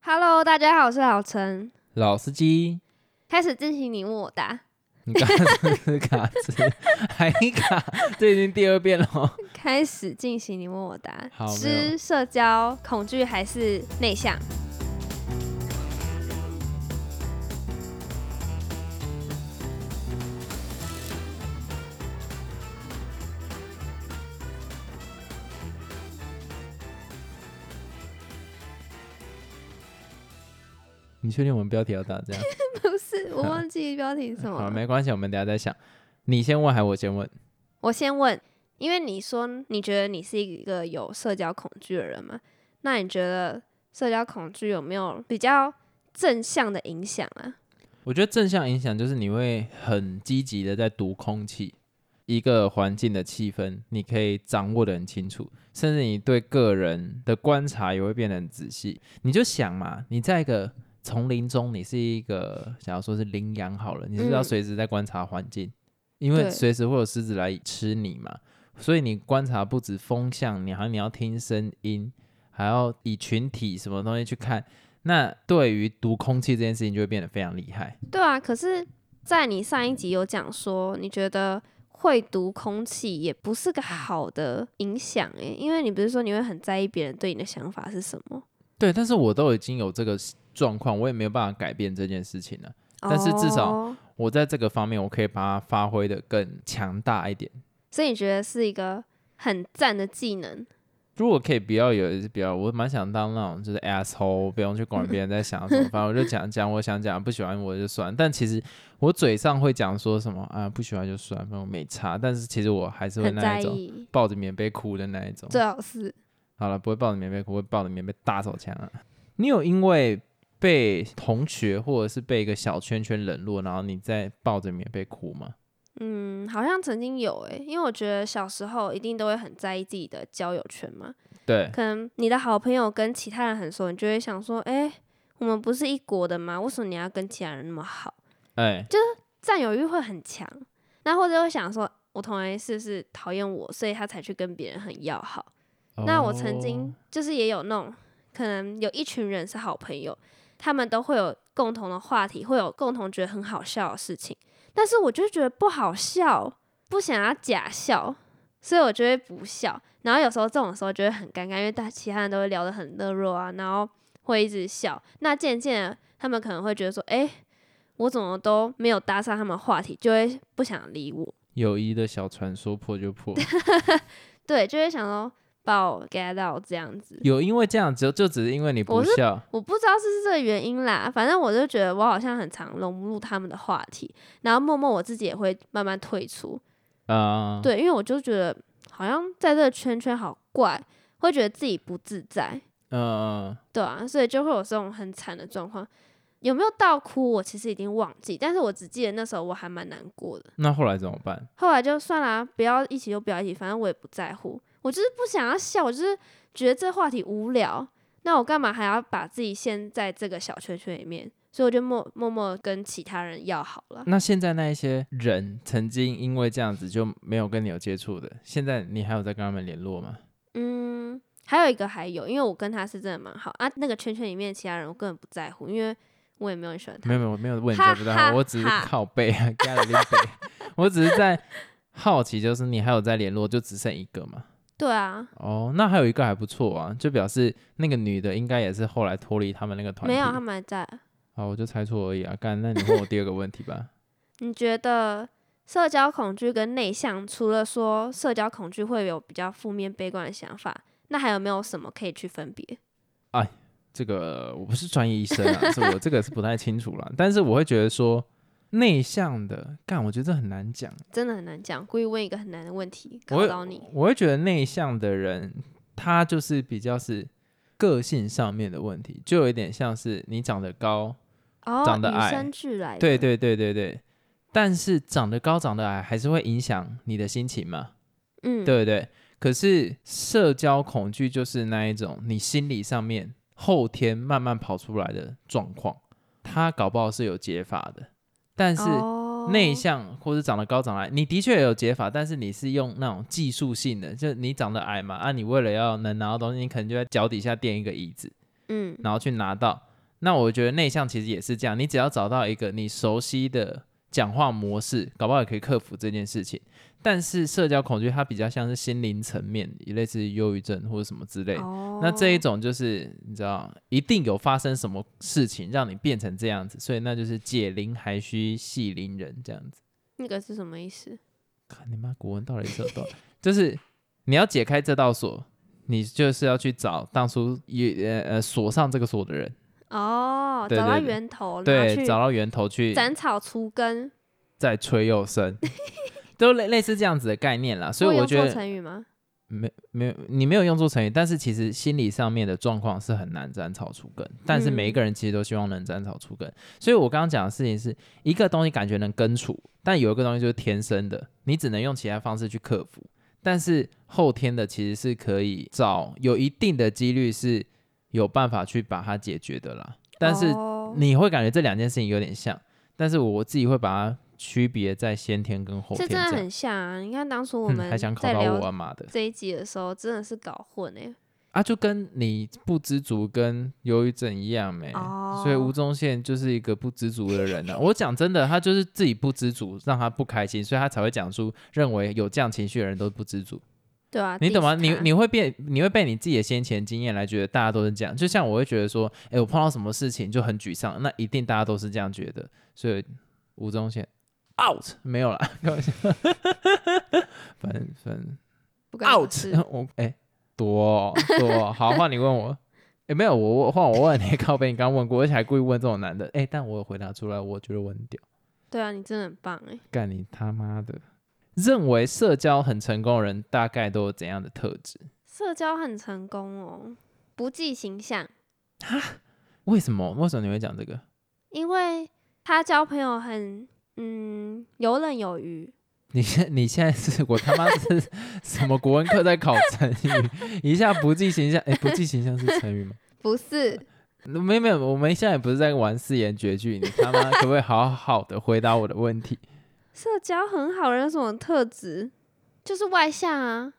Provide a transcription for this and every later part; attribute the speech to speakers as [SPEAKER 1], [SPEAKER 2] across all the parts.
[SPEAKER 1] Hello，大家好，我是老陈。
[SPEAKER 2] 老司机，
[SPEAKER 1] 开始进行你问我答，
[SPEAKER 2] 你嘎吱嘎吱， 还嘎，这已经第二遍了 哦。
[SPEAKER 1] 开始进行你问我答
[SPEAKER 2] 好。没
[SPEAKER 1] 是
[SPEAKER 2] 有
[SPEAKER 1] 社交恐惧还是内向？
[SPEAKER 2] 你确定我们标题要打这样？
[SPEAKER 1] 不是，我忘记标题是什么
[SPEAKER 2] 好，
[SPEAKER 1] 了。
[SPEAKER 2] 没关系，我们等一下再想。你先问还我先问？
[SPEAKER 1] 我先问，因为你说你觉得你是一个有社交恐惧的人嘛？那你觉得社交恐惧有没有比较正向的影响啊？
[SPEAKER 2] 我觉得正向影响就是你会很积极的在读空气，一个环境的气氛，你可以掌握的很清楚，甚至你对个人的观察也会变得很仔细。你就想嘛，你在一个丛林中，你是一个想要说是羚羊好了，你是不是要
[SPEAKER 1] 嗯
[SPEAKER 2] 随时在观察环境，因为
[SPEAKER 1] 对
[SPEAKER 2] 随时会有狮子来吃你嘛，所以你观察不止风向，你还你要听声音，还要以群体什么东西去看。那对于读空气这件事情，就会变得非常厉害。
[SPEAKER 1] 对啊，可是，在你上一集有讲说，你觉得会读空气也不是个好的影响诶、因为你不是说你会很在意别人对你的想法是什么？
[SPEAKER 2] 对，但是我都已经有这个状况，我也没有办法改变这件事情了。但是至少
[SPEAKER 1] 哦
[SPEAKER 2] 我在这个方面，我可以把它发挥的更强大一点。
[SPEAKER 1] 所以你觉得是一个很赞的技能？
[SPEAKER 2] 如果可以不要有，也是不要。我蛮想当那种就是 asshole，不用去管别人在 想什么，反正我就讲讲我想讲，不喜欢我就算。但其实我嘴上会讲说什么啊，不喜欢就算，反正我没差。但是其实我还是会
[SPEAKER 1] 很
[SPEAKER 2] 那
[SPEAKER 1] 在
[SPEAKER 2] 一种
[SPEAKER 1] 意，
[SPEAKER 2] 抱着棉被哭的那一种。
[SPEAKER 1] 最好是
[SPEAKER 2] 好了，不会抱着棉被哭，会抱着棉被打手枪啊。你有因为被同学或者是被一个小圈圈冷落，然后你再抱着棉被哭吗？
[SPEAKER 1] 嗯，好像曾经有诶、因为我觉得小时候一定都会很在意自己的交友圈嘛，
[SPEAKER 2] 对，
[SPEAKER 1] 可能你的好朋友跟其他人很熟，你就会想说，诶、我们不是一国的吗？为什么你要跟其他人那么好？
[SPEAKER 2] 哎、
[SPEAKER 1] 占有欲会很强，那或者会想说，我同学是不是讨厌我，所以他才去跟别人很要好。那我曾经
[SPEAKER 2] 哦
[SPEAKER 1] 就是也有那种，可能有一群人是好朋友，他们都会有共同的话题，会有共同觉得很好笑的事情，但是我就觉得不好笑，不想要假笑，所以我就会不笑。然后有时候这种时候就会很尴尬，因为大其他人都会聊得很热络啊，然后会一直笑。那渐渐的他们可能会觉得说，哎、我怎么都没有搭上他们话题，就会不想理我。
[SPEAKER 2] 友谊的小船说破就破，
[SPEAKER 1] 对，就会想说把我 get 到这样子。
[SPEAKER 2] 有因为这样只有就只是因为你不
[SPEAKER 1] 我是
[SPEAKER 2] 笑，
[SPEAKER 1] 我不知道是不是这个原因啦，反正我就觉得我好像很常融不入他们的话题，然后默默我自己也会慢慢退出。
[SPEAKER 2] 啊、
[SPEAKER 1] 对，因为我就觉得好像在这个圈圈好怪，会觉得自己不自在，
[SPEAKER 2] 嗯、
[SPEAKER 1] 对啊，所以就会有这种很惨的状况。有没有到哭？我其实已经忘记，但是我只记得那时候我还蛮难过的。
[SPEAKER 2] 那后来怎么办？
[SPEAKER 1] 后来就算啦，不要一起就不要一起，反正我也不在乎。我就是不想要笑，我就是觉得这话题无聊，那我干嘛还要把自己陷在这个小圈圈里面？所以我就默默默跟其他人要好了。
[SPEAKER 2] 那现在那一些人曾经因为这样子就没有跟你有接触的，现在你还有在跟他们联络吗？
[SPEAKER 1] 嗯，还有一个还有，因为我跟他是真的蛮好啊，那个圈圈里面其他人我根本不在乎，因为我也没有很喜欢他。
[SPEAKER 2] 没有没有，我没有问你
[SPEAKER 1] 哈
[SPEAKER 2] 在不在
[SPEAKER 1] 哈
[SPEAKER 2] 乎，我只是
[SPEAKER 1] 哈
[SPEAKER 2] 靠背 啊，加了林北，我只是在好奇，就是你还有在联络，就只剩一个嘛。
[SPEAKER 1] 对啊，
[SPEAKER 2] 哦，那还有一个还不错啊，就表示那个女的应该也是后来脱离他们那个团体。
[SPEAKER 1] 没有他们还在。
[SPEAKER 2] 好，我就猜错而已啊。干，那你问我第二个问题吧。
[SPEAKER 1] 你觉得社交恐惧跟内向，除了说社交恐惧会有比较负面、悲观的想法，那还有没有什么可以去分别？
[SPEAKER 2] 这个我不是专业医生啊，是我这个是不太清楚啦。但是我会觉得说，内向的，干，我觉得这很难讲。
[SPEAKER 1] 真的很难讲，故意问一个很难的问题考
[SPEAKER 2] 我会
[SPEAKER 1] 到你。
[SPEAKER 2] 我会觉得内向的人，他就是比较是个性上面的问题，就有一点像是你长得高，
[SPEAKER 1] 哦，
[SPEAKER 2] 长得
[SPEAKER 1] 与
[SPEAKER 2] 矮
[SPEAKER 1] 生俱来的，
[SPEAKER 2] 对对对对对，但是长得高长得矮还是会影响你的心情嘛，
[SPEAKER 1] 嗯，
[SPEAKER 2] 对不对？可是社交恐惧就是那一种你心理上面后天慢慢跑出来的状况，它搞不好是有解法的，但是。
[SPEAKER 1] 哦
[SPEAKER 2] 内向或是长得高长得矮，你的确有解法，但是你是用那种技术性的，就你长得矮嘛，啊，你为了要能拿到东西，你可能就在脚底下垫一个椅子，
[SPEAKER 1] 嗯
[SPEAKER 2] 然后去拿到。那我觉得内向其实也是这样，你只要找到一个你熟悉的讲话模式，搞不好也可以克服这件事情。但是社交恐惧它比较像是心灵层面，也类似于忧郁症或者什么之类的。
[SPEAKER 1] 哦
[SPEAKER 2] 那这一种就是你知道，一定有发生什么事情让你变成这样子，所以那就是解铃还须系铃人这样子。
[SPEAKER 1] 那个是什么意思？
[SPEAKER 2] 看你妈，古文到底是有多？就是你要解开这道锁，你就是要去找当初也呃呃锁上这个锁的人，
[SPEAKER 1] 哦，
[SPEAKER 2] 对
[SPEAKER 1] 找
[SPEAKER 2] 对
[SPEAKER 1] 到
[SPEAKER 2] 对
[SPEAKER 1] 源头，然后
[SPEAKER 2] 对，
[SPEAKER 1] 去
[SPEAKER 2] 找到源头去
[SPEAKER 1] 斩草除根，
[SPEAKER 2] 再吹 又生，都类类似这样子的概念啦。所以
[SPEAKER 1] 会
[SPEAKER 2] 我
[SPEAKER 1] 用
[SPEAKER 2] 觉
[SPEAKER 1] 错
[SPEAKER 2] 得
[SPEAKER 1] 成语吗？
[SPEAKER 2] 没没有你没有用错成语，但是其实心理上面的状况是很难斩草除根，但是
[SPEAKER 1] 嗯
[SPEAKER 2] 每一个人其实都希望能斩草除根。所以我刚刚讲的事情是一个东西感觉能根除，但有一个东西就是天生的，你只能用其他方式去克服。但是后天的其实是可以找有一定的几率是有办法去把它解决的啦，但是
[SPEAKER 1] 哦
[SPEAKER 2] 你会感觉这两件事情有点像，但是我自己会把它区别在先天跟后
[SPEAKER 1] 这真
[SPEAKER 2] 天这
[SPEAKER 1] 的
[SPEAKER 2] 样。
[SPEAKER 1] 很像啊！你看当初我
[SPEAKER 2] 哼
[SPEAKER 1] 们
[SPEAKER 2] 还想考
[SPEAKER 1] 在
[SPEAKER 2] 到我
[SPEAKER 1] 聊
[SPEAKER 2] 啊妈的
[SPEAKER 1] 这一集的时候，真的是搞混哎、
[SPEAKER 2] 啊，就跟你不知足跟忧郁症一样没、所以
[SPEAKER 1] 哦
[SPEAKER 2] 吴宗宪就是一个不知足的人呢、啊我讲真的，他就是自己不知足，让他不开心，所以他才会讲出认为有这样情绪的人都不知足。
[SPEAKER 1] 对啊，
[SPEAKER 2] 你
[SPEAKER 1] diss
[SPEAKER 2] 懂吗？你
[SPEAKER 1] 他
[SPEAKER 2] 你会变，你会被你自己的先前经验来觉得大家都是这样。就像我会觉得说，哎、我碰到什么事情就很沮丧，那一定大家都是这样觉得。所以吴宗宪 out 没有啦， 开玩笑。反正反正
[SPEAKER 1] 不干我
[SPEAKER 2] out
[SPEAKER 1] 事
[SPEAKER 2] 我哎、多多好，换你问我。哎、没有，我我换我问你，靠背，你刚问过，而且还故意问这种男的。哎、但我有回答出来，我觉得我很屌。
[SPEAKER 1] 对啊，你真的很棒哎、
[SPEAKER 2] 干你他妈的！认为社交很成功的人，大概都有怎样的特质？
[SPEAKER 1] 社交很成功哦，不计形象，
[SPEAKER 2] 为什么？为什么你会讲这个？
[SPEAKER 1] 因为他交朋友很嗯游刃有余，
[SPEAKER 2] 你现你现在是我他妈是什么国文课在考成语？一下不计形象，哎、不计形象是成语吗？
[SPEAKER 1] 不是
[SPEAKER 2] 没有没有，我们现在也不是在玩四言绝句，你他妈可不可以好好的回答我的问题？
[SPEAKER 1] 社交很好人有什么特质？就是外向啊，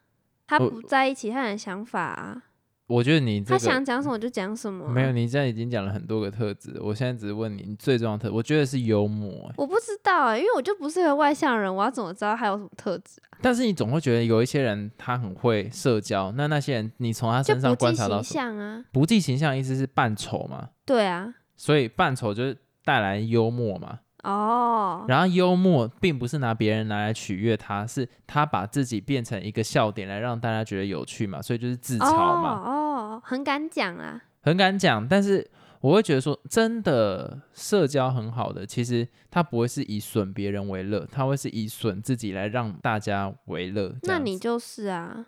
[SPEAKER 1] 他
[SPEAKER 2] 我
[SPEAKER 1] 不在意其他人的想法啊，
[SPEAKER 2] 我觉得你哦这
[SPEAKER 1] 他
[SPEAKER 2] 个
[SPEAKER 1] 想讲什么就讲什么、啊
[SPEAKER 2] 没有，，你现在已经讲了很多个特质了，我现在只是问你，你最重要的特，我觉得是幽默、哎
[SPEAKER 1] 我不知道哎、因为我就不是个外向人，我要怎么知道他有什么特质？
[SPEAKER 2] 但是你总会觉得有一些人他很会社交，那那些人你从他
[SPEAKER 1] 就
[SPEAKER 2] 身上
[SPEAKER 1] 不
[SPEAKER 2] 观
[SPEAKER 1] 计
[SPEAKER 2] 察到
[SPEAKER 1] 形
[SPEAKER 2] 什么？
[SPEAKER 1] 象啊，
[SPEAKER 2] 不计形象意思是扮丑嘛，
[SPEAKER 1] 对啊，
[SPEAKER 2] 所以扮丑就是带来幽默嘛。
[SPEAKER 1] 哦，
[SPEAKER 2] 然后幽默并不是拿别人拿来取悦他，是他把自己变成一个笑点来让大家觉得有趣嘛，所以就是自嘲嘛，
[SPEAKER 1] 哦哦，很敢讲啊，
[SPEAKER 2] 很敢讲。但是我会觉得说，真的社交很好的，其实他不会是以损别人为乐，他会是以损自己来让大家为乐。这
[SPEAKER 1] 那
[SPEAKER 2] 样
[SPEAKER 1] 你
[SPEAKER 2] 子
[SPEAKER 1] 就是啊，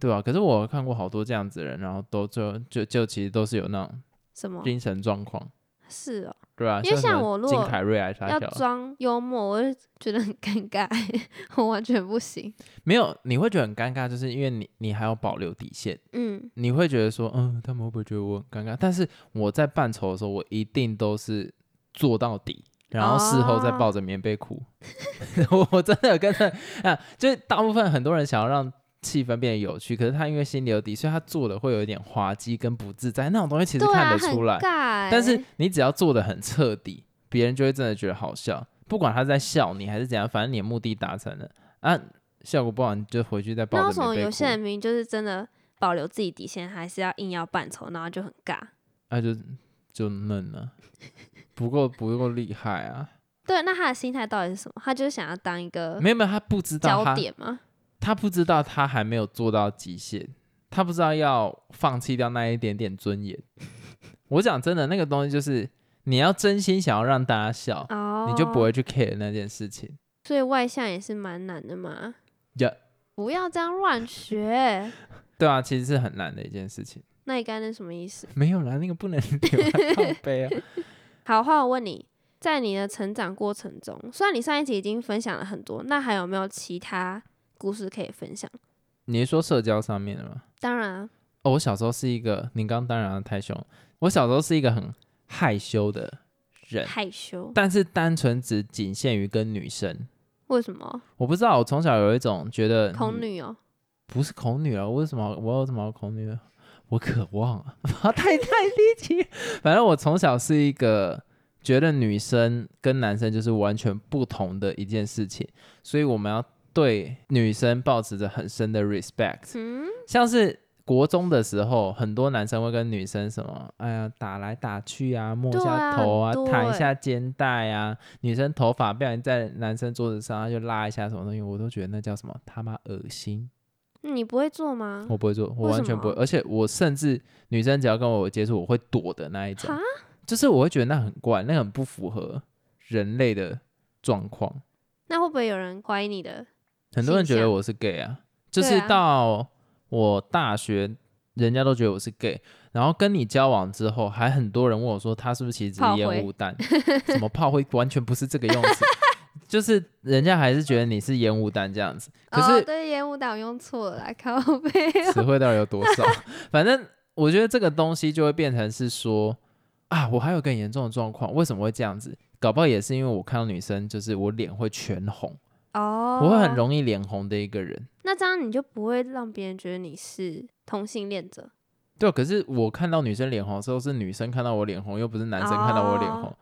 [SPEAKER 2] 对吧、可是我看过好多这样子的人，然后都就就就其实都是有那种
[SPEAKER 1] 什么
[SPEAKER 2] 精神状况，
[SPEAKER 1] 是哦，
[SPEAKER 2] 对吧、
[SPEAKER 1] 因为
[SPEAKER 2] 什
[SPEAKER 1] 像
[SPEAKER 2] 么
[SPEAKER 1] 我如
[SPEAKER 2] 金
[SPEAKER 1] 果
[SPEAKER 2] 凯瑞啊，啥
[SPEAKER 1] 要
[SPEAKER 2] 小的
[SPEAKER 1] 装幽默，我就觉得很尴尬， 我完全不行。
[SPEAKER 2] 没有，你会觉得很尴尬，就是因为你你还要保留底线。
[SPEAKER 1] 嗯，
[SPEAKER 2] 你会觉得说，嗯，他们会不会觉得我很尴尬？但是我在扮丑的时候，我一定都是做到底，然后事后再
[SPEAKER 1] 哦
[SPEAKER 2] 抱着棉被哭。 我我真的有跟他啊，就是大部分很多人想要让气氛变得有趣，可是他因为心里有底，所以他做的会有一点滑稽跟不自在，那种东西其实
[SPEAKER 1] 对
[SPEAKER 2] 看
[SPEAKER 1] 啊，
[SPEAKER 2] 得
[SPEAKER 1] 很
[SPEAKER 2] 出来。
[SPEAKER 1] 尬欸、
[SPEAKER 2] 但是你只要做的很彻底，别人就会真的觉得好笑，不管他在笑你还是怎样，反正你的目的达成了啊，效果不好你就回去再
[SPEAKER 1] 那
[SPEAKER 2] 抱
[SPEAKER 1] 为
[SPEAKER 2] 着
[SPEAKER 1] 什
[SPEAKER 2] 棉
[SPEAKER 1] 么
[SPEAKER 2] 被哭。
[SPEAKER 1] 有些人明明就是真的保留自己底线，还是要硬要扮丑，然后就很尬？
[SPEAKER 2] 那、就就嫩了，不够不够厉害啊！
[SPEAKER 1] 对，那他的心态到底是什么？他就是想要当一个
[SPEAKER 2] 没有没有，他不知道
[SPEAKER 1] 呃焦
[SPEAKER 2] 他
[SPEAKER 1] 点吗？
[SPEAKER 2] 他不知道他还没有做到极限，他不知道要放弃掉那一点点尊严。 我讲真的，那个东西就是你要真心想要让大家笑，
[SPEAKER 1] 哦，
[SPEAKER 2] 你就不。会去 care 那件事情。
[SPEAKER 1] 所以外向也是蛮难的嘛。
[SPEAKER 2] Yeah
[SPEAKER 1] 不要这样乱学。
[SPEAKER 2] 对啊，其实是很难的一件事情。
[SPEAKER 1] 那你刚才是什么意思？
[SPEAKER 2] 没有啦，那个不能 留来靠背 啊。
[SPEAKER 1] 好，换我问你，在你的成长过程中，虽然你上一集已经分享了很多，那还有没有其他故事可以分享？
[SPEAKER 2] 你是说社交上面的吗？
[SPEAKER 1] 当然啊，
[SPEAKER 2] 哦，我小时候是一个，你刚当然啊太凶了。我小时候是一个很害羞的人，
[SPEAKER 1] 害羞，
[SPEAKER 2] 但是单纯只仅限于跟女生。
[SPEAKER 1] 为什么？
[SPEAKER 2] 我不知道，我从小有一种觉得
[SPEAKER 1] 恐
[SPEAKER 2] 嗯
[SPEAKER 1] 女哦、
[SPEAKER 2] 不是恐女啊，我为什么好我有什么好恐女的？我渴望啊， 太太低级。反正我从小是一个觉得女生跟男生就是完全不同的一件事情，所以我们要对女生保持着很深的 respect。
[SPEAKER 1] 嗯，
[SPEAKER 2] 像是国中的时候，很多男生会跟女生什么，哎呀，打来打去啊，摸一
[SPEAKER 1] 对
[SPEAKER 2] 下
[SPEAKER 1] 啊
[SPEAKER 2] 头啊，
[SPEAKER 1] 很多
[SPEAKER 2] 弹一
[SPEAKER 1] 欸
[SPEAKER 2] 下肩带啊，女生头发不小心在男生桌子上，他就拉一下什么东西，我都觉得那叫什么他妈恶心，
[SPEAKER 1] 你不会做吗？
[SPEAKER 2] 我不会做，我
[SPEAKER 1] 为
[SPEAKER 2] 完
[SPEAKER 1] 什
[SPEAKER 2] 全不会，
[SPEAKER 1] 么
[SPEAKER 2] 而且我甚至女生只要跟我有接触，我会躲的那一种
[SPEAKER 1] 哈，，
[SPEAKER 2] 就是我会觉得那很怪，那很不符合人类的状况。
[SPEAKER 1] 那会不会有人怀疑你的？
[SPEAKER 2] 很多人
[SPEAKER 1] 形
[SPEAKER 2] 觉得
[SPEAKER 1] 象
[SPEAKER 2] 我是 gay 啊，就
[SPEAKER 1] 对
[SPEAKER 2] 是
[SPEAKER 1] 啊
[SPEAKER 2] 到我大学，人家都觉得我是 gay，然后跟你交往之后，还很多人问我说他是不是其实只是
[SPEAKER 1] 炮
[SPEAKER 2] 烟
[SPEAKER 1] 灰
[SPEAKER 2] 雾弹，什么炮灰完全不是这个用 词，就是人家还是觉得你是烟雾弹这样子。可
[SPEAKER 1] 哦，
[SPEAKER 2] 是
[SPEAKER 1] 对，烟雾弹我用错了啦，靠背哦。
[SPEAKER 2] 词汇到底有多少？ 反正我觉得这个东西就会变成是说啊，我还有更严重的状况，为什么会这样子？搞不好也是因为我看到女生，就是我脸会全红，
[SPEAKER 1] 哦，
[SPEAKER 2] 我会很。容易脸红的一个人。
[SPEAKER 1] 那这样你就不会让别人觉得你是同性恋者。
[SPEAKER 2] 对，啊可是我看到女生脸红的时候，是女生看到我脸红，又不是男生看到我脸红。
[SPEAKER 1] 哦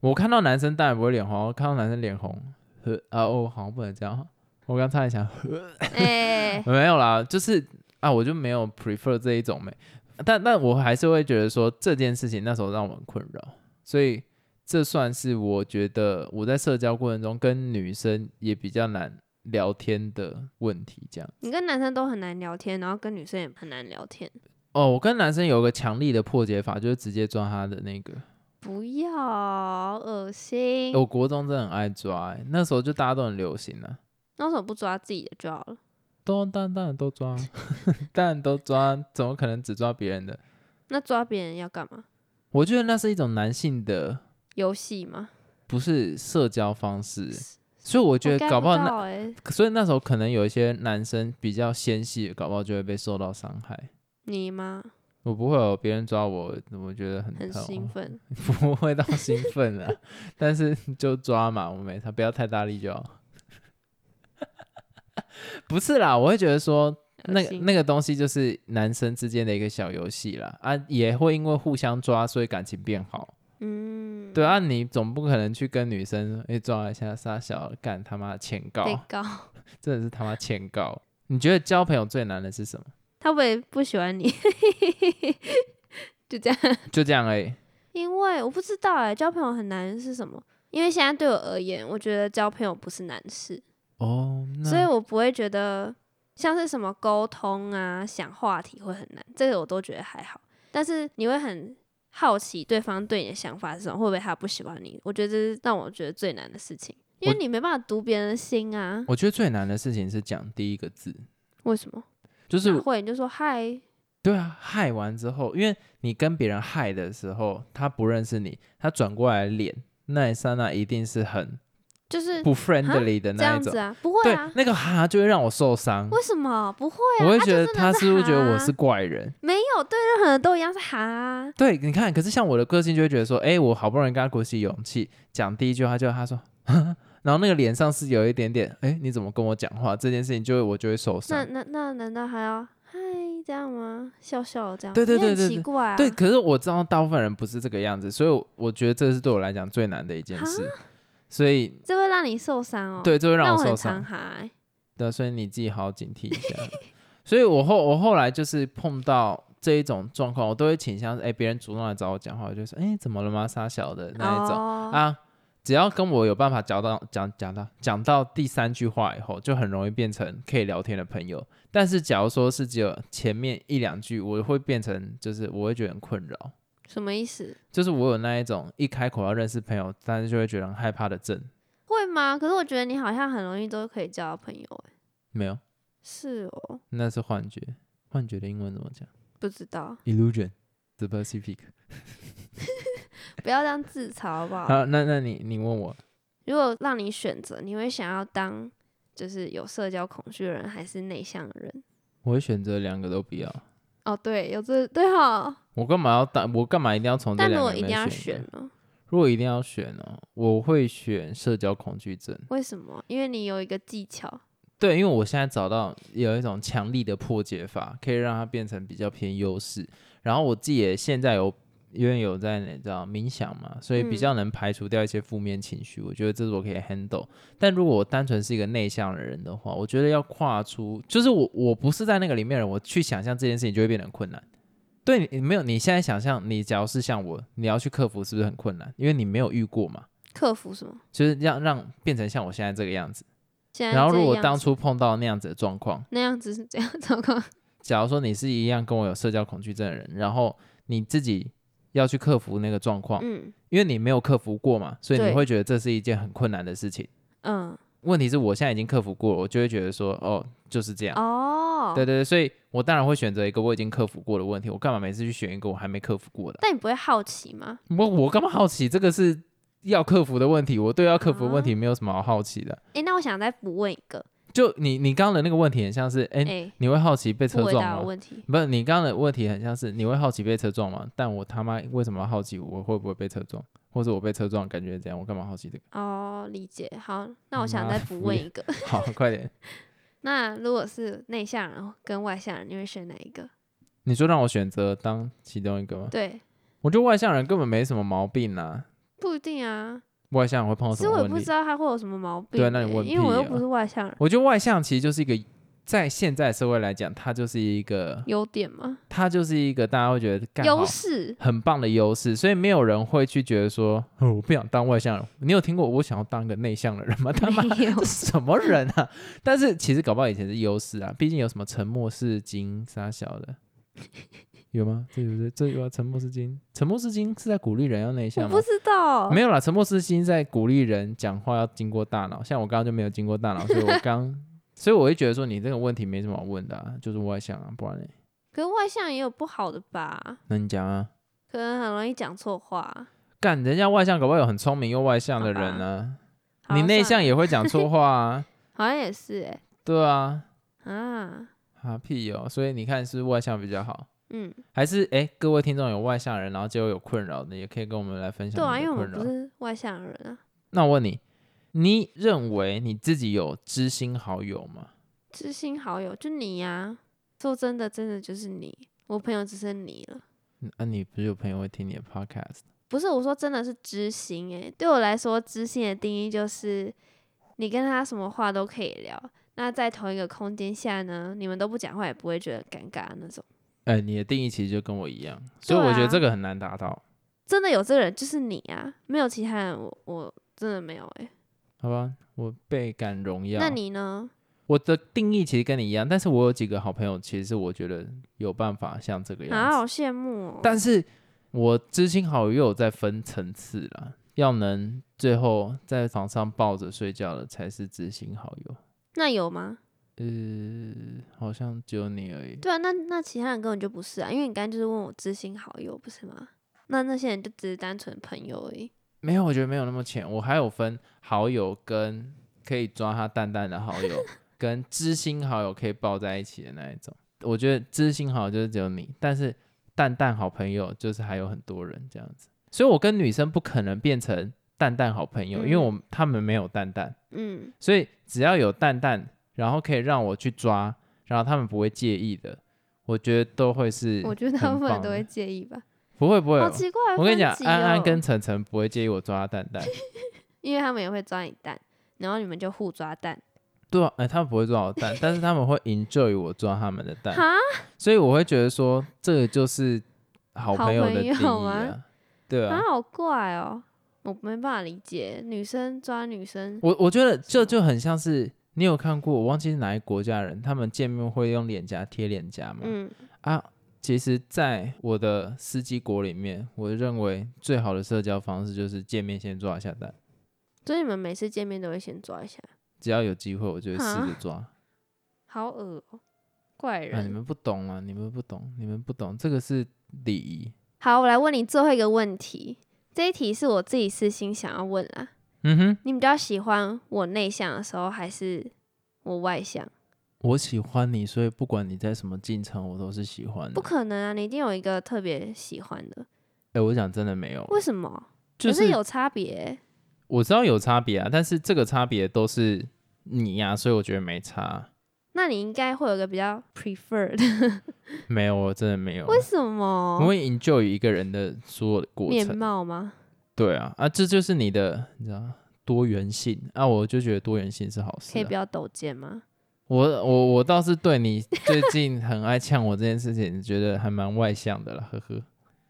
[SPEAKER 2] 我看到男生当然不会脸红，看到男生脸红，呵啊哦，好像不能这样。我刚差点想，
[SPEAKER 1] 哎、
[SPEAKER 2] 没有啦，就是啊，我就没有 prefer 这一种美，但但我还是会觉得说这件事情那时候让我很困扰，所以这算是我觉得我在社交过程中跟女生也比较难聊天的问题，这样。
[SPEAKER 1] 你跟男生都很难聊天，然后跟女生也很难聊天。
[SPEAKER 2] 哦，我跟男生有一个强力的破解法，就是直接抓他的那个。
[SPEAKER 1] 不要，恶心。
[SPEAKER 2] 欸我国中真的很爱抓、欸，那时候就大家都很流行啊，
[SPEAKER 1] 那为什么不抓自己的就好了？
[SPEAKER 2] 都当当然都抓，啊 当然都抓，啊怎么可能只抓别人的？
[SPEAKER 1] 那抓别人要干嘛？
[SPEAKER 2] 我觉得那是一种男性的，
[SPEAKER 1] 游戏吗？
[SPEAKER 2] 不是社交方式，所以我觉得
[SPEAKER 1] 我 get
[SPEAKER 2] 搞不好那，
[SPEAKER 1] 到欸
[SPEAKER 2] 所以那时候可能有一些男生比较纤细，搞不好就会被受到伤害。
[SPEAKER 1] 你吗？
[SPEAKER 2] 我不会有别人抓我，我觉得很
[SPEAKER 1] 很
[SPEAKER 2] 痛
[SPEAKER 1] 兴，奋。
[SPEAKER 2] 不会到兴奋了，但是就抓嘛，我没他不要太大力就好。 不是啦，我会觉得说那
[SPEAKER 1] 恶
[SPEAKER 2] 个
[SPEAKER 1] 心
[SPEAKER 2] 那个东西就是男生之间的一个小游戏啦，啊，也会因为互相抓，所以感情变好。
[SPEAKER 1] 嗯，
[SPEAKER 2] 对啊，你总不可能去跟女生哎、抓一下撒小干他妈欠告，
[SPEAKER 1] 被告，
[SPEAKER 2] 真的是他妈欠告。你觉得交朋友最难的是什么？
[SPEAKER 1] 他会不会不喜欢你？ 就这样，
[SPEAKER 2] 就这样而已。
[SPEAKER 1] 因为我不知道哎、交朋友很难是什么？因为现在对我而言，我觉得交朋友不是难事，
[SPEAKER 2] 哦，那
[SPEAKER 1] 所以我不会觉得像是什么沟通啊、想话题会很难，这个我都觉得还好。但是你会很好奇对方对你的想法是什么，会不会他不喜欢你？我觉得这是让我觉得最难的事情，因为
[SPEAKER 2] 我
[SPEAKER 1] 你没办法读别人的心啊。
[SPEAKER 2] 我觉得最难的事情是讲第一个字，
[SPEAKER 1] 为什么？
[SPEAKER 2] 就是
[SPEAKER 1] 哪会你就说嗨，
[SPEAKER 2] 对啊，害完之后，因为你跟别人害的时候，他不认识你，他转过来脸，那一刹那一定是很
[SPEAKER 1] 就是
[SPEAKER 2] 不 friendly
[SPEAKER 1] 这
[SPEAKER 2] 的那
[SPEAKER 1] 样
[SPEAKER 2] 一种
[SPEAKER 1] 子。啊，不会
[SPEAKER 2] 对
[SPEAKER 1] 啊，，
[SPEAKER 2] 那个哈就会让我受伤，
[SPEAKER 1] 为什么不会啊？
[SPEAKER 2] 我会
[SPEAKER 1] 啊
[SPEAKER 2] 觉得
[SPEAKER 1] 就真的
[SPEAKER 2] 他是不是觉得我
[SPEAKER 1] 哈
[SPEAKER 2] 是怪人？
[SPEAKER 1] 没有对任何人都一样是哈啊，
[SPEAKER 2] 对，你看，可是像我的个性就会觉得说，哎、我好不容易跟他鼓起勇气讲第一句话，就他说，然后那个脸上是有一点点，哎、你怎么跟我讲话？这件事情就会我就会受
[SPEAKER 1] 那
[SPEAKER 2] 伤。
[SPEAKER 1] 那那难道还要嗨这样吗？笑笑这样，
[SPEAKER 2] 对对
[SPEAKER 1] 你很
[SPEAKER 2] 对对
[SPEAKER 1] 奇
[SPEAKER 2] 对
[SPEAKER 1] 怪啊，
[SPEAKER 2] 对，可是我知道大部分人不是这个样子，所以我我觉得这是对我来讲最难的一件事，所以
[SPEAKER 1] 这会让你受伤哦，，
[SPEAKER 2] 对，这会让
[SPEAKER 1] 让
[SPEAKER 2] 我受
[SPEAKER 1] 很
[SPEAKER 2] 伤
[SPEAKER 1] 常。哈欸，
[SPEAKER 2] 对，所以你自己好好警惕一下。 所以我后我后来就是碰到这一种状况，我都会倾向哎，别人主动来找我讲话，我就说哎、怎么了吗？傻小的那一种、
[SPEAKER 1] 哦，
[SPEAKER 2] 啊，只要跟我有办法讲到讲讲到讲到第三句话以后，就很容易变成可以聊天的朋友。但是假如说是只有前面一两句，我会变成就是我会觉得很困扰，
[SPEAKER 1] 什么意思？
[SPEAKER 2] 就是我有那一种一开口要认识朋友，但是就会觉得很害怕的症。
[SPEAKER 1] 会吗？可是我觉得你好像很容易都可以交到朋友，哎，
[SPEAKER 2] 没有，
[SPEAKER 1] 是哦，
[SPEAKER 2] 那是幻觉。幻觉的英文怎么讲？
[SPEAKER 1] 不知道，
[SPEAKER 2] Illusion, the Pacific。
[SPEAKER 1] 不要这样自嘲好不好？
[SPEAKER 2] 好，那那你你问我，
[SPEAKER 1] 如果让你选择，你会想要当就是有社交恐惧的人，还是内向的人？
[SPEAKER 2] 我会选择两个都不要。
[SPEAKER 1] 哦，对，有这对哈。
[SPEAKER 2] 我干嘛要当？我干嘛一定要从这
[SPEAKER 1] 但如
[SPEAKER 2] 两个
[SPEAKER 1] 果
[SPEAKER 2] 里
[SPEAKER 1] 一定
[SPEAKER 2] 面
[SPEAKER 1] 要
[SPEAKER 2] 选一
[SPEAKER 1] 选
[SPEAKER 2] 个？
[SPEAKER 1] 呢？
[SPEAKER 2] 如果一定要哦选哦，我会选社交恐惧症。
[SPEAKER 1] 为什么？因为你有一个技巧，
[SPEAKER 2] 对，因为我现在找到有一种强力的破解法，可以让它变成比较偏优势。然后我自己也现在有因为有在你知道冥想嘛，所以
[SPEAKER 1] 嗯
[SPEAKER 2] 比较能排除掉一些负面情绪。我觉得这是我可以 handle。但如果我单纯是一个内向的人的话，我觉得要跨出，就是我我不是在那个里面的人，我去想象这件事情就会变得很困难。对你你没有，你现在想象你假如是像我，你要去克服是不是很困难？因为你没有遇过嘛，
[SPEAKER 1] 克服什么？
[SPEAKER 2] 就是让让变成像我现在这个样子。
[SPEAKER 1] 现在
[SPEAKER 2] 然后
[SPEAKER 1] 这
[SPEAKER 2] 如果
[SPEAKER 1] 样
[SPEAKER 2] 当
[SPEAKER 1] 子
[SPEAKER 2] 初碰到那样子的状况，
[SPEAKER 1] 那样子是这样糟 糕，
[SPEAKER 2] 假如说你是一样跟我有社交恐惧症的人，然后你自己要去克服那个状况，
[SPEAKER 1] 嗯
[SPEAKER 2] 因为你没有克服过嘛，所以你
[SPEAKER 1] 对
[SPEAKER 2] 会觉得这是一件很困难的事情。
[SPEAKER 1] 嗯
[SPEAKER 2] 问题是我现在已经克服过了，我就会觉得说，哦，就是这样。
[SPEAKER 1] 哦，
[SPEAKER 2] 对对对，所以我当然会选择一个我已经克服过的问题。我干嘛每次去选一个我还没克服过的？
[SPEAKER 1] 但你不会好奇吗？
[SPEAKER 2] 我我干嘛好奇？这个是要克服的问题，我对要克服的问
[SPEAKER 1] 啊
[SPEAKER 2] 题没有什么好好奇的。
[SPEAKER 1] 诶，那我想再补问一个，
[SPEAKER 2] 就你你刚刚的那个问题，很像是，哎、
[SPEAKER 1] 诶，
[SPEAKER 2] 你会好奇被车
[SPEAKER 1] 不回
[SPEAKER 2] 撞
[SPEAKER 1] 答
[SPEAKER 2] 吗
[SPEAKER 1] 我？问题，
[SPEAKER 2] 不是你刚刚的问题很像是你会好奇被车撞吗？但我他妈为什么要好奇我会不会被车撞，或者我被车撞感觉怎样？我干嘛好奇这个？
[SPEAKER 1] 哦，理解。好，那我
[SPEAKER 2] 你
[SPEAKER 1] 想
[SPEAKER 2] 妈
[SPEAKER 1] 再
[SPEAKER 2] 的
[SPEAKER 1] 补
[SPEAKER 2] 敷
[SPEAKER 1] 问
[SPEAKER 2] 衍
[SPEAKER 1] 一个，
[SPEAKER 2] 好，快点，
[SPEAKER 1] 那如果是内向人跟外向人，你会选哪一个？
[SPEAKER 2] 你说让我选择当其中一个吗？
[SPEAKER 1] 对，
[SPEAKER 2] 我觉得外向人根本没什么毛病啊，
[SPEAKER 1] 不一定啊。
[SPEAKER 2] 外向人会碰到
[SPEAKER 1] 其实
[SPEAKER 2] 哦什
[SPEAKER 1] 我
[SPEAKER 2] 么
[SPEAKER 1] 也不
[SPEAKER 2] 问
[SPEAKER 1] 知
[SPEAKER 2] 题？
[SPEAKER 1] 道他会有什么毛病
[SPEAKER 2] 对
[SPEAKER 1] 欸、
[SPEAKER 2] 啊那你问
[SPEAKER 1] 因为我
[SPEAKER 2] 屁
[SPEAKER 1] 又
[SPEAKER 2] 啊
[SPEAKER 1] 不是外向人，
[SPEAKER 2] 我觉得外向其实就是一个在现在社会来讲，它就是一个
[SPEAKER 1] 优点嘛，
[SPEAKER 2] 它就是一个大家会觉得 干好
[SPEAKER 1] 优势。
[SPEAKER 2] 很棒的优势，所以没有人会去觉得说，
[SPEAKER 1] 嗯
[SPEAKER 2] 哦，我不想当外向人。你有听过我想要当个内向的 人吗？他妈
[SPEAKER 1] 没有
[SPEAKER 2] 这什么人啊？但是其实搞不好以前是优势啊，毕竟有什么沉默是金啥小的，有吗？这有这这有啊，沉默是金，沉默是金是在鼓励人要内
[SPEAKER 1] 我
[SPEAKER 2] 向吗
[SPEAKER 1] 不？知道，
[SPEAKER 2] 没有啦，沉默是金在鼓励人讲话要经过大脑，像我刚刚就没有经过大脑，所以我刚，所以我会觉得说你这个问题没什么好问的、啊，就是外向啊，不然嘞，
[SPEAKER 1] 可是外向也有不好的吧？
[SPEAKER 2] 那你讲啊，
[SPEAKER 1] 可能很容易讲错话。
[SPEAKER 2] 干人家外向搞不好有很聪明又外向的
[SPEAKER 1] 好吧
[SPEAKER 2] 人呢、
[SPEAKER 1] 好
[SPEAKER 2] 你
[SPEAKER 1] 啊
[SPEAKER 2] 内
[SPEAKER 1] 算
[SPEAKER 2] 向也会讲错话 啊，
[SPEAKER 1] 好像也是哎、
[SPEAKER 2] 对啊，
[SPEAKER 1] 啊，
[SPEAKER 2] 啊屁哦，所以你看是不是外向比较好。
[SPEAKER 1] 嗯，
[SPEAKER 2] 还是哎，各位听众有外向人，然后就有困扰的，也可以跟我们来分享
[SPEAKER 1] 对啊，
[SPEAKER 2] 你
[SPEAKER 1] 因
[SPEAKER 2] 的
[SPEAKER 1] 为我
[SPEAKER 2] 困
[SPEAKER 1] 们
[SPEAKER 2] 扰
[SPEAKER 1] 不。是外向人啊，
[SPEAKER 2] 那我问你，你认为你自己有知心好友吗？
[SPEAKER 1] 知心好友就你呀、说真的，真的就是你，我朋友只剩你了。
[SPEAKER 2] 嗯啊，你不是有朋友会听你的 podcast？
[SPEAKER 1] 不是我说，真的是知心诶、对我来说，知心的定义就是你跟他什么话都可以聊，那在同一个空间下呢，你们都不讲话也不会觉得尴尬那种。
[SPEAKER 2] 哎，你的定义其实就跟我一样，所以
[SPEAKER 1] 对
[SPEAKER 2] 我觉得
[SPEAKER 1] 啊
[SPEAKER 2] 这个很难达到，
[SPEAKER 1] 真的有这个人就是你啊，没有其他人我，我真的没有诶、
[SPEAKER 2] 好吧？我倍感荣耀。
[SPEAKER 1] 那你呢？
[SPEAKER 2] 我的定义其实跟你一样，但是我有几个好朋友，其实是我觉得有办法像这个样
[SPEAKER 1] 啊，
[SPEAKER 2] 子。
[SPEAKER 1] 好羡慕哦、
[SPEAKER 2] 但是我知心好友又有在分层次啦，要能最后在床上抱着睡觉的才是知心好友。
[SPEAKER 1] 那有吗？
[SPEAKER 2] 呃，好像只有你而已。
[SPEAKER 1] 对啊，那那其他人根本就不是啊，因为你刚刚就是问我知心好友，不是吗？那那些人就只是单纯朋友而已。
[SPEAKER 2] 没有，我觉得没有那么浅。我还有分好友跟可以抓他蛋蛋的好友， 跟知心好友可以抱在一起的那一种。我觉得知心好友就是只有你，但是蛋蛋好朋友就是还有很多人这样子。所以我跟女生不可能变成蛋蛋好朋友，因为我他们没有蛋蛋。
[SPEAKER 1] 嗯，
[SPEAKER 2] 所以只要有蛋蛋，然后可以让我去抓，然后他们不会介意的，我觉得都会是很棒的。
[SPEAKER 1] 我觉得大部分人都会介意吧。
[SPEAKER 2] 不会不会
[SPEAKER 1] 好
[SPEAKER 2] 哦。
[SPEAKER 1] 奇怪的分级哦、
[SPEAKER 2] 我跟你讲，安安跟晨晨不会介意我抓蛋蛋，
[SPEAKER 1] 因为他们也会抓你蛋，然后你们就互抓蛋。
[SPEAKER 2] 对啊，哎、他们不会抓我蛋，但是他们会 enjoy 我抓他们的蛋，
[SPEAKER 1] 哈，
[SPEAKER 2] 所以我会觉得说，这个就是好
[SPEAKER 1] 好
[SPEAKER 2] 朋友
[SPEAKER 1] 朋
[SPEAKER 2] 的定
[SPEAKER 1] 友
[SPEAKER 2] 义
[SPEAKER 1] 啊
[SPEAKER 2] 啊，对啊
[SPEAKER 1] 啊，，好怪哦、我没办法理解，女生抓女生，
[SPEAKER 2] 我我觉得这就很像是你有看过，我忘记是哪一国家人，他们见面会用脸颊贴脸颊吗？
[SPEAKER 1] 嗯，
[SPEAKER 2] 啊，其实，在我的司机国里面，我认为最好的社交方式就是见面先抓一下蛋，
[SPEAKER 1] 所以你们每次见面都会先抓一下，
[SPEAKER 2] 只要有机会，我就会试着
[SPEAKER 1] 啊
[SPEAKER 2] 抓。
[SPEAKER 1] 好恶、哦，怪
[SPEAKER 2] 啊，你
[SPEAKER 1] 人。
[SPEAKER 2] 们不懂啊，你们不懂，你们不懂，这个是礼仪。
[SPEAKER 1] 好，我来问你最后一个问题，这一题是我自己私心想要问啦。
[SPEAKER 2] 嗯哼，
[SPEAKER 1] 你比较喜欢我内向的时候，还是我外向？
[SPEAKER 2] 我喜欢你，所以不管你在什么进程，我都是喜欢
[SPEAKER 1] 不
[SPEAKER 2] 的。
[SPEAKER 1] 可能啊，你一定有一个特别喜欢的，
[SPEAKER 2] 哎、我讲真的没有，
[SPEAKER 1] 为什么？
[SPEAKER 2] 就
[SPEAKER 1] 可是有差别欸、
[SPEAKER 2] 我知道有差别啊，但是这个差别都是你呀、所以我觉得没差。
[SPEAKER 1] 那你应该会有个比较 preferred，
[SPEAKER 2] 没有，我真的没有。
[SPEAKER 1] 为什么
[SPEAKER 2] 我？会 enjoy 一个人的所有的过
[SPEAKER 1] 面
[SPEAKER 2] 程。
[SPEAKER 1] 貌吗？
[SPEAKER 2] 对啊，啊，这就是你的，你知道多元性啊，我就觉得多元性是好事、
[SPEAKER 1] 可以
[SPEAKER 2] 啊
[SPEAKER 1] 不。要抖肩吗？
[SPEAKER 2] 我我我倒是对你最近很爱呛我这件事情，觉得还蛮外向的啦，呵呵。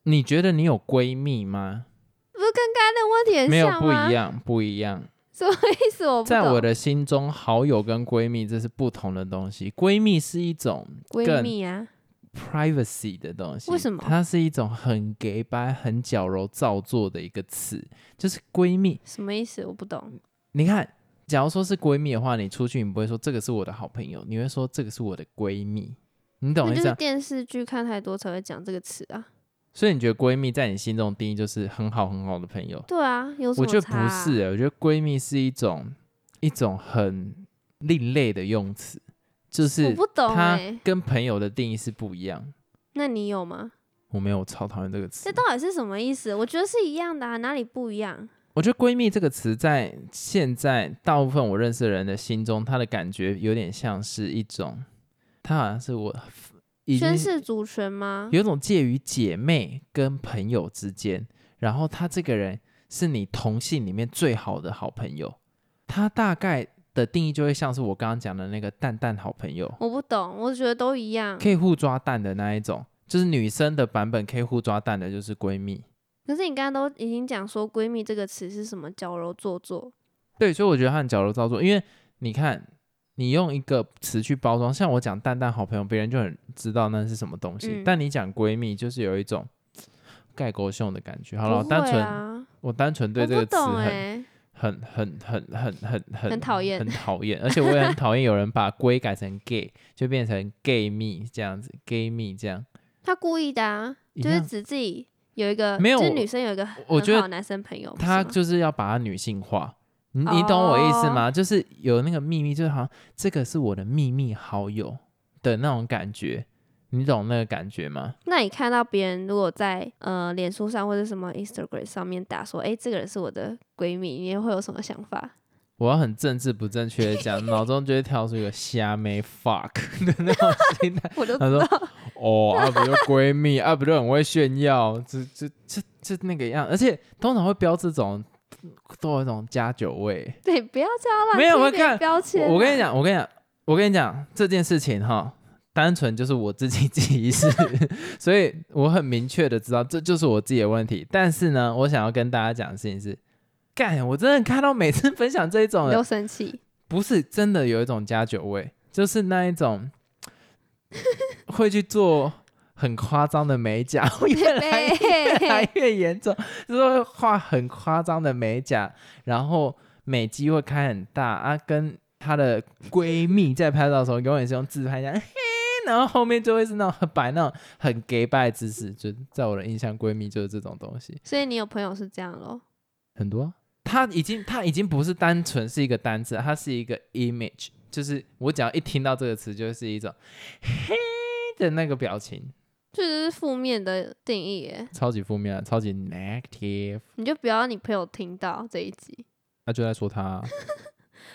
[SPEAKER 2] 你觉得你有闺蜜吗？
[SPEAKER 1] 不是跟刚刚那个问题很
[SPEAKER 2] 没有，
[SPEAKER 1] 像啊
[SPEAKER 2] 不
[SPEAKER 1] 吗？
[SPEAKER 2] 一样，不一样。
[SPEAKER 1] 什么意思？我不
[SPEAKER 2] 在我
[SPEAKER 1] 懂
[SPEAKER 2] 的心中，好友跟闺蜜这是不同的东西。闺蜜是一种
[SPEAKER 1] 闺
[SPEAKER 2] 更
[SPEAKER 1] 蜜啊，
[SPEAKER 2] privacy 的东西。
[SPEAKER 1] 为什么
[SPEAKER 2] 它是一种很给白、很矫揉造作的一个词，就是闺蜜。
[SPEAKER 1] 什么意思？我不懂。
[SPEAKER 2] 你看，假如说是闺蜜的话，你出去你不会说这个是我的好朋友，你会说这个是我的闺蜜。你懂我
[SPEAKER 1] 那
[SPEAKER 2] 意
[SPEAKER 1] 就
[SPEAKER 2] 思、
[SPEAKER 1] 是
[SPEAKER 2] 啊？
[SPEAKER 1] 电视剧看太多才会讲这个词啊。
[SPEAKER 2] 所以你觉得闺蜜在你心中的定义就是很好很好的朋友？
[SPEAKER 1] 对啊，有什
[SPEAKER 2] 我
[SPEAKER 1] 么
[SPEAKER 2] 觉得
[SPEAKER 1] 差
[SPEAKER 2] 不
[SPEAKER 1] 啊
[SPEAKER 2] 是、欸，我觉得闺蜜是一种一种很另类的用词，就是
[SPEAKER 1] 我不懂哎、
[SPEAKER 2] 它跟朋友的定义是不一样。
[SPEAKER 1] 那你有吗？
[SPEAKER 2] 我没有我超讨厌这个词
[SPEAKER 1] 这，到底是什么意思？我觉得是一样的啊，哪里不一样？
[SPEAKER 2] 我觉得“闺蜜”这个词在现在大部分我认识的人的心中，她的感觉有点像是一种，她好像是我已经
[SPEAKER 1] 宣誓主权吗？
[SPEAKER 2] 有一种介于姐妹跟朋友之间，然后她这个人是你同性里面最好的好朋友，她大概的定义就会像是我刚刚讲的那个蛋蛋好朋友，
[SPEAKER 1] 我不懂，我觉得都一样。
[SPEAKER 2] 可以互抓蛋的那一种，就是女生的版本可以互抓蛋的，就是闺蜜。
[SPEAKER 1] 可是你刚刚都已经讲说“闺蜜”这个词是什么矫揉做作，
[SPEAKER 2] 对，所以我觉得他很矫揉造作，因为你看，你用一个词去包装，像我讲蛋蛋好朋友，别人就很知道那是什么东西，
[SPEAKER 1] 嗯
[SPEAKER 2] 但你讲闺蜜，就是有一种盖狗熊的感觉。好了，我
[SPEAKER 1] 不会
[SPEAKER 2] 单纯
[SPEAKER 1] 啊，
[SPEAKER 2] 我单纯对
[SPEAKER 1] 我
[SPEAKER 2] 这
[SPEAKER 1] 不
[SPEAKER 2] 个词
[SPEAKER 1] 懂
[SPEAKER 2] 很、
[SPEAKER 1] 哎、
[SPEAKER 2] 很很很很很很
[SPEAKER 1] 很讨厌
[SPEAKER 2] 很讨厌，而且我也很讨厌有人把闺改成 gay，就变成 gay 蜜这样子，gay 蜜这样。
[SPEAKER 1] 他故意的啊，
[SPEAKER 2] 一
[SPEAKER 1] 就是
[SPEAKER 2] 样
[SPEAKER 1] 指自己有一个，
[SPEAKER 2] 没有
[SPEAKER 1] 就是
[SPEAKER 2] 我
[SPEAKER 1] 女生有一个
[SPEAKER 2] 我
[SPEAKER 1] 很
[SPEAKER 2] 觉得
[SPEAKER 1] 好的男生朋友，不是
[SPEAKER 2] 他
[SPEAKER 1] 吗
[SPEAKER 2] 就是要把它女性化，你你懂我意思吗？就是有那个秘密，就是好像这个是我的秘密好友的那种感觉，你懂那个感觉吗？
[SPEAKER 1] 那你看到别人如果在呃脸书上或者什么 Instagram 上面打说，哎、这个人是我的闺蜜，你会有什么想法？
[SPEAKER 2] 我要很政治不正确的讲，脑中就会跳出一个虾妹 fuck 的那种心态。
[SPEAKER 1] 我就
[SPEAKER 2] 他说：“哦，啊不就闺蜜，啊不就很会炫耀，这这这这那个样，而且通常会标这种都有一种加酒味。”
[SPEAKER 1] 对，不要这样乱
[SPEAKER 2] 没有
[SPEAKER 1] 贴
[SPEAKER 2] 我
[SPEAKER 1] 别人
[SPEAKER 2] 看
[SPEAKER 1] 标签、啊
[SPEAKER 2] 我我跟你，讲，我跟你讲，我跟你讲这件事情哈，单纯就是我自己 记忆是，所以我很明确的知道这就是我自己的问题。但是呢，我想要跟大家讲的事情是，干，我真的看到每次分享这一种
[SPEAKER 1] 你
[SPEAKER 2] 人
[SPEAKER 1] 都，生气，
[SPEAKER 2] 不是真的有一种加酒味，就是那一种会去做很夸张的美甲，越 来越越来越严重，就是会画很夸张的美甲，然后美肌会开很大啊，跟她的闺蜜在拍照的时候，永远是用自拍这样，嘿，然后后面就会是那种很摆那种很 gay 拜的姿势，就在我的印象，闺蜜就是这种东西
[SPEAKER 1] 所以你有朋友是这样咯。
[SPEAKER 2] 很多啊、她已经她已经不是单纯是一个单字，它是一个 image，就是我只要一听到这个词，就是一种嘿的那个表情，
[SPEAKER 1] 这就是负面的定义耶，
[SPEAKER 2] 超级负面啊，超级 negative，
[SPEAKER 1] 你就不要你朋友听到这一集。
[SPEAKER 2] 那、就在说她啊、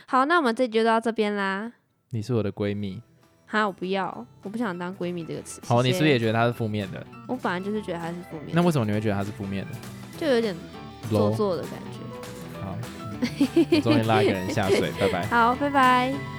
[SPEAKER 1] 好，那我们这集就到这边啦。
[SPEAKER 2] 你是我的闺蜜。
[SPEAKER 1] 哈，我不要，我不想当闺蜜这个词。
[SPEAKER 2] 好，
[SPEAKER 1] 谢
[SPEAKER 2] 你
[SPEAKER 1] 谢
[SPEAKER 2] 是不是也觉得它是负面的？
[SPEAKER 1] 我本来就是觉得她是负面
[SPEAKER 2] 那
[SPEAKER 1] 的，
[SPEAKER 2] 为什么你会觉得它是负面的
[SPEAKER 1] 就有点做
[SPEAKER 2] ？low，
[SPEAKER 1] 作的感觉。
[SPEAKER 2] 好，嗯我终于拉一个人下水，拜拜。
[SPEAKER 1] 好，拜拜。